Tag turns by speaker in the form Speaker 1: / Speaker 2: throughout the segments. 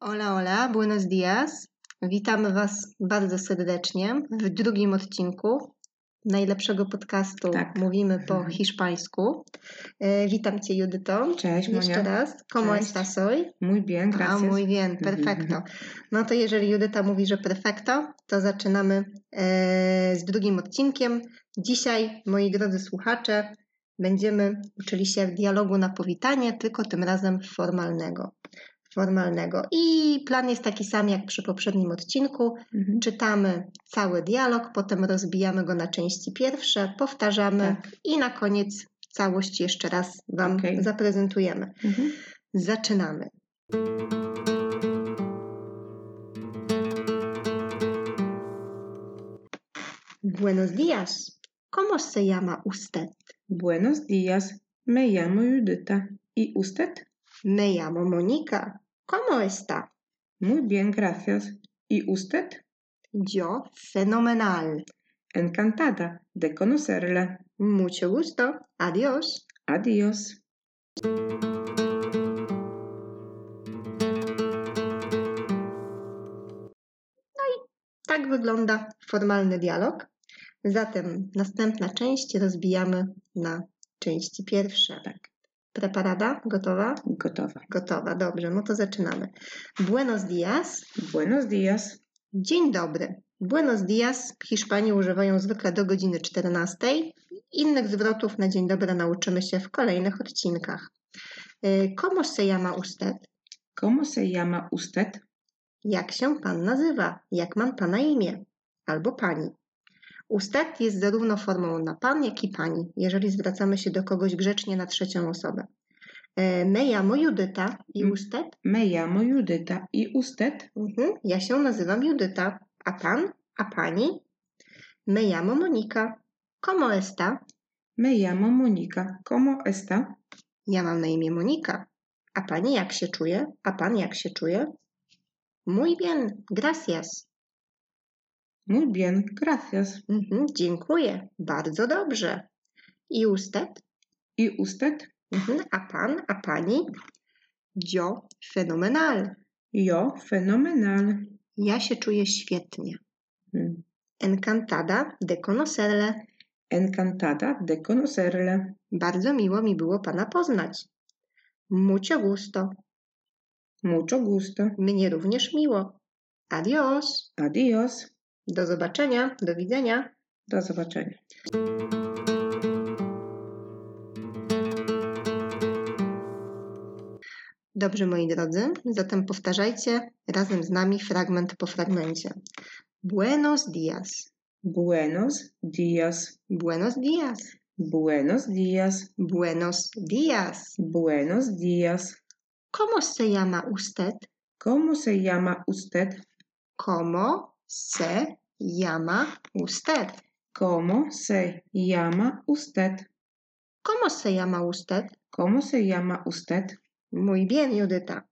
Speaker 1: Hola, hola, buenos dias. Witam Was bardzo serdecznie w drugim odcinku najlepszego podcastu
Speaker 2: Tak.
Speaker 1: Mówimy po hiszpańsku. E, witam Cię, Judyto.
Speaker 2: Cześć,
Speaker 1: Jeszcze
Speaker 2: Monia.
Speaker 1: raz. Como
Speaker 2: Cześć.
Speaker 1: estás hoy?
Speaker 2: Muy bien,
Speaker 1: A
Speaker 2: gracias.
Speaker 1: Ah, muy bien, perfecto. No to jeżeli Judyta mówi, że perfecto, to zaczynamy e, z drugim odcinkiem. Dzisiaj, moi drodzy słuchacze, będziemy uczyli się dialogu na powitanie, tylko tym razem formalnego. Formalnego. I plan jest taki sam jak przy poprzednim odcinku.
Speaker 2: Mhm.
Speaker 1: Czytamy cały dialog, potem rozbijamy go na części pierwsze, powtarzamy
Speaker 2: Tak.
Speaker 1: i na koniec całość jeszcze raz Wam
Speaker 2: Okej.
Speaker 1: zaprezentujemy.
Speaker 2: Mhm.
Speaker 1: Zaczynamy. Buenos días. ¿Cómo se llama usted?
Speaker 2: Buenos días, me llamo Judita. ¿Y usted?
Speaker 1: Me llamo Mónica. ¿Cómo está?
Speaker 2: Muy bien, gracias. ¿Y usted?
Speaker 1: Yo fenomenal.
Speaker 2: Encantada de conocerla.
Speaker 1: Mucho gusto. Adiós.
Speaker 2: Adiós.
Speaker 1: Tak wygląda formalny dialog. Zatem następna część rozbijamy na części pierwsze.
Speaker 2: Tak.
Speaker 1: Preparada? Gotowa?
Speaker 2: Gotowa.
Speaker 1: Gotowa, dobrze, no to zaczynamy. Buenos días,
Speaker 2: Buenos días.
Speaker 1: dzień dobry. Buenos días w Hiszpanii używają zwykle do godziny 14. Innych zwrotów na dzień dobry nauczymy się w kolejnych odcinkach. Y, Como se llama usted?
Speaker 2: ¿Cómo se llama usted?
Speaker 1: Jak się pan nazywa? Jak mam pana imię? Albo pani. Usted jest zarówno formą na pan, jak i pani, jeżeli zwracamy się do kogoś grzecznie na trzecią osobę. Y, Me llamo Judyta i
Speaker 2: Mm.
Speaker 1: usted?
Speaker 2: Me llamo Judita. ¿Y usted?
Speaker 1: Mhm. Ja się nazywam Judyta, a pan, a pani? Me llamo Monika. Como está?
Speaker 2: Me llamo Mónica. ¿Cómo está?
Speaker 1: Ja mam na imię Monika. A pani jak się czuje? A pan jak się czuje? Muy bien, gracias.
Speaker 2: Muy bien, gracias.
Speaker 1: Mhm. Dziękuję, bardzo dobrze. I usted?
Speaker 2: ¿Y usted?
Speaker 1: Mhm. A pan, a pani? Yo fenomenal.
Speaker 2: Yo, fenomenal.
Speaker 1: Ja się czuję świetnie.
Speaker 2: Mm.
Speaker 1: Encantada de conocerle.
Speaker 2: Encantada de conocerla.
Speaker 1: Bardzo miło mi było Pana poznać. Mucho gusto.
Speaker 2: Mucho gusto.
Speaker 1: Mnie również miło. Adios.
Speaker 2: Adiós.
Speaker 1: Do zobaczenia. Do widzenia.
Speaker 2: Do zobaczenia.
Speaker 1: Dobrze, moi drodzy, zatem powtarzajcie razem z nami fragment po fragmencie. Buenos días.
Speaker 2: Buenos días.
Speaker 1: Buenos días.
Speaker 2: Buenos días.
Speaker 1: Buenos días.
Speaker 2: Buenos días.
Speaker 1: ¿Cómo se llama usted?
Speaker 2: ¿Cómo se llama usted?
Speaker 1: ¿Cómo se llama usted?
Speaker 2: ¿Cómo se llama usted?
Speaker 1: ¿Cómo se llama usted?
Speaker 2: ¿Cómo se llama usted?
Speaker 1: Muy bien, Judyta.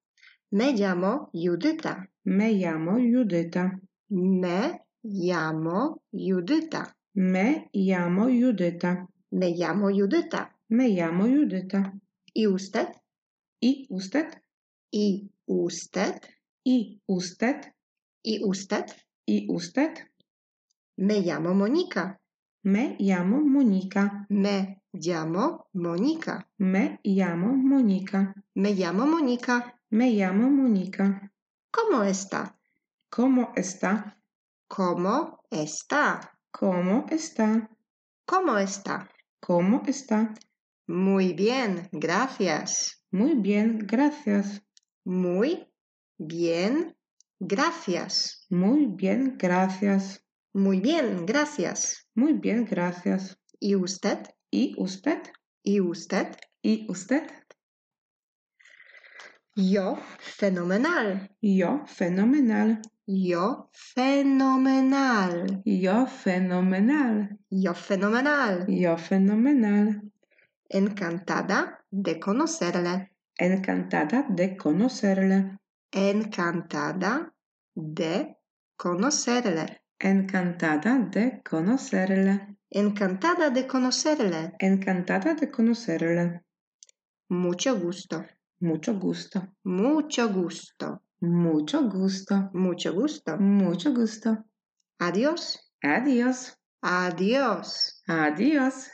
Speaker 1: Me llamo Judyta.
Speaker 2: Me llamo Judita.
Speaker 1: Me llamo Judyta.
Speaker 2: Me llamo Judita.
Speaker 1: Me llamo Judyta.
Speaker 2: Me llamo Judita.
Speaker 1: I usted?
Speaker 2: ¿Y usted?
Speaker 1: I usted?
Speaker 2: ¿Y usted?
Speaker 1: I usted?
Speaker 2: ¿Y usted?
Speaker 1: Me llamo Monika.
Speaker 2: Me llamo Mónica.
Speaker 1: Me llamo Monika.
Speaker 2: Me llamo Mónica.
Speaker 1: Me llamo Monika.
Speaker 2: Me llamo Mónica.
Speaker 1: ¿Cómo está?
Speaker 2: ¿Cómo está?
Speaker 1: ¿Cómo está?
Speaker 2: ¿Cómo está?
Speaker 1: ¿Cómo está?
Speaker 2: ¿Cómo está?
Speaker 1: Muy bien, gracias.
Speaker 2: Muy bien, gracias.
Speaker 1: Muy bien, gracias.
Speaker 2: Muy bien, gracias.
Speaker 1: Muy bien, gracias.
Speaker 2: Muy bien, gracias.
Speaker 1: I usted?
Speaker 2: ¿Y usted?
Speaker 1: I usted?
Speaker 2: ¿Y usted?
Speaker 1: Yo fenomenal.
Speaker 2: Yo fenomenal.
Speaker 1: Yo fenomenal.
Speaker 2: Yo fenomenal.
Speaker 1: Yo fenomenal.
Speaker 2: Yo fenomenal.
Speaker 1: Encantada de conocerle.
Speaker 2: Encantada de conocerle.
Speaker 1: Encantada de conocerle.
Speaker 2: Encantada de conocerle.
Speaker 1: Encantada de conocerle.
Speaker 2: Encantada de conocerle.
Speaker 1: Mucho gusto.
Speaker 2: Mucho gusto.
Speaker 1: Mucho gusto.
Speaker 2: Mucho gusto.
Speaker 1: Mucho gusto.
Speaker 2: Mucho gusto.
Speaker 1: Adios.
Speaker 2: Adios.
Speaker 1: Adios.
Speaker 2: Adios.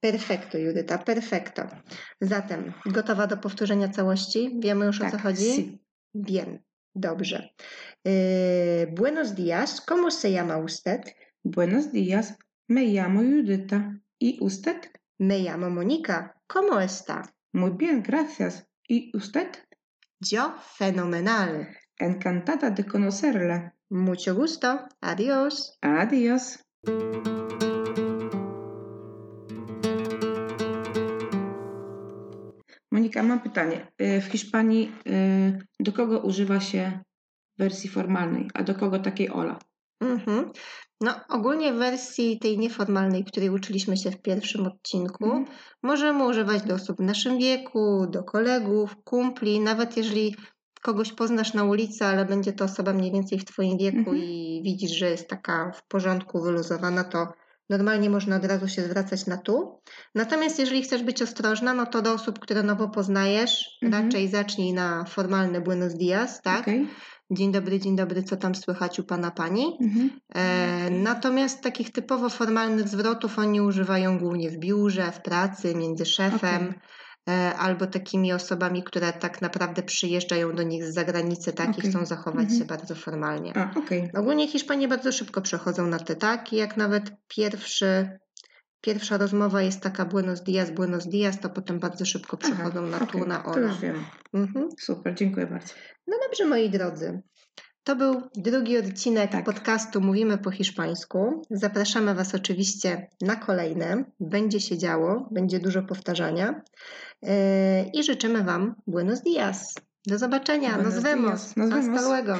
Speaker 1: Perfekto, Judyta, perfekto. Zatem, gotowa do powtórzenia całości? Wiemy już o co chodzi?
Speaker 2: sí.
Speaker 1: Bien, dobrze. Eh, buenos días, ¿cómo se llama usted?
Speaker 2: Buenos días. Me llamo Judita. ¿Y usted?
Speaker 1: Me llamo Monika. ¿Cómo está?
Speaker 2: Muy bien, gracias. ¿Y usted?
Speaker 1: Yo fenomenal.
Speaker 2: Encantada de conocerla.
Speaker 1: Mucho gusto. Adiós.
Speaker 2: Adiós. Monika, mam pytanie. E, W Hiszpanii e, do kogo używa się wersji formalnej, a do kogo takiej Ola?
Speaker 1: Mhm. No, ogólnie w wersji tej nieformalnej, której uczyliśmy się w pierwszym odcinku,
Speaker 2: Mhm.
Speaker 1: możemy używać do osób w naszym wieku, do kolegów, kumpli, nawet jeżeli kogoś poznasz na ulicy, ale będzie to osoba mniej więcej w Twoim wieku
Speaker 2: Mhm.
Speaker 1: i widzisz, że jest taka w porządku, wyluzowana, to normalnie można od razu się zwracać na tu. Natomiast jeżeli chcesz być ostrożna, no to do osób, które nowo poznajesz,
Speaker 2: Mhm.
Speaker 1: raczej zacznij na formalny buenos dias, tak?
Speaker 2: Okej.
Speaker 1: Dzień dobry, dzień dobry, co tam słychać u Pana Pani?
Speaker 2: Mhm.
Speaker 1: E, natomiast takich typowo formalnych zwrotów oni używają głównie w biurze, w pracy, między szefem
Speaker 2: Okej.
Speaker 1: e, albo takimi osobami, które tak naprawdę przyjeżdżają do nich z zagranicy, tak i
Speaker 2: Okej.
Speaker 1: chcą zachować
Speaker 2: Mhm.
Speaker 1: się bardzo formalnie.
Speaker 2: A, okej.
Speaker 1: Ogólnie Hiszpanie bardzo szybko przechodzą na te tak i jak nawet pierwszy, pierwsza rozmowa jest taka buenos dias, buenos dias, to potem bardzo szybko
Speaker 2: Aha,
Speaker 1: przechodzą na tu,
Speaker 2: okej.
Speaker 1: na
Speaker 2: To
Speaker 1: ona.
Speaker 2: już wiem.
Speaker 1: Mhm.
Speaker 2: Super, dziękuję bardzo.
Speaker 1: No dobrze, moi drodzy. To był drugi odcinek
Speaker 2: Tak.
Speaker 1: podcastu Mówimy po hiszpańsku. Zapraszamy Was oczywiście na kolejne. Będzie się działo, będzie dużo powtarzania. E, I życzymy Wam buenos dias. Do zobaczenia.
Speaker 2: Buenos
Speaker 1: Nos vemos.
Speaker 2: dias. Nos
Speaker 1: Hasta
Speaker 2: vemos.
Speaker 1: luego.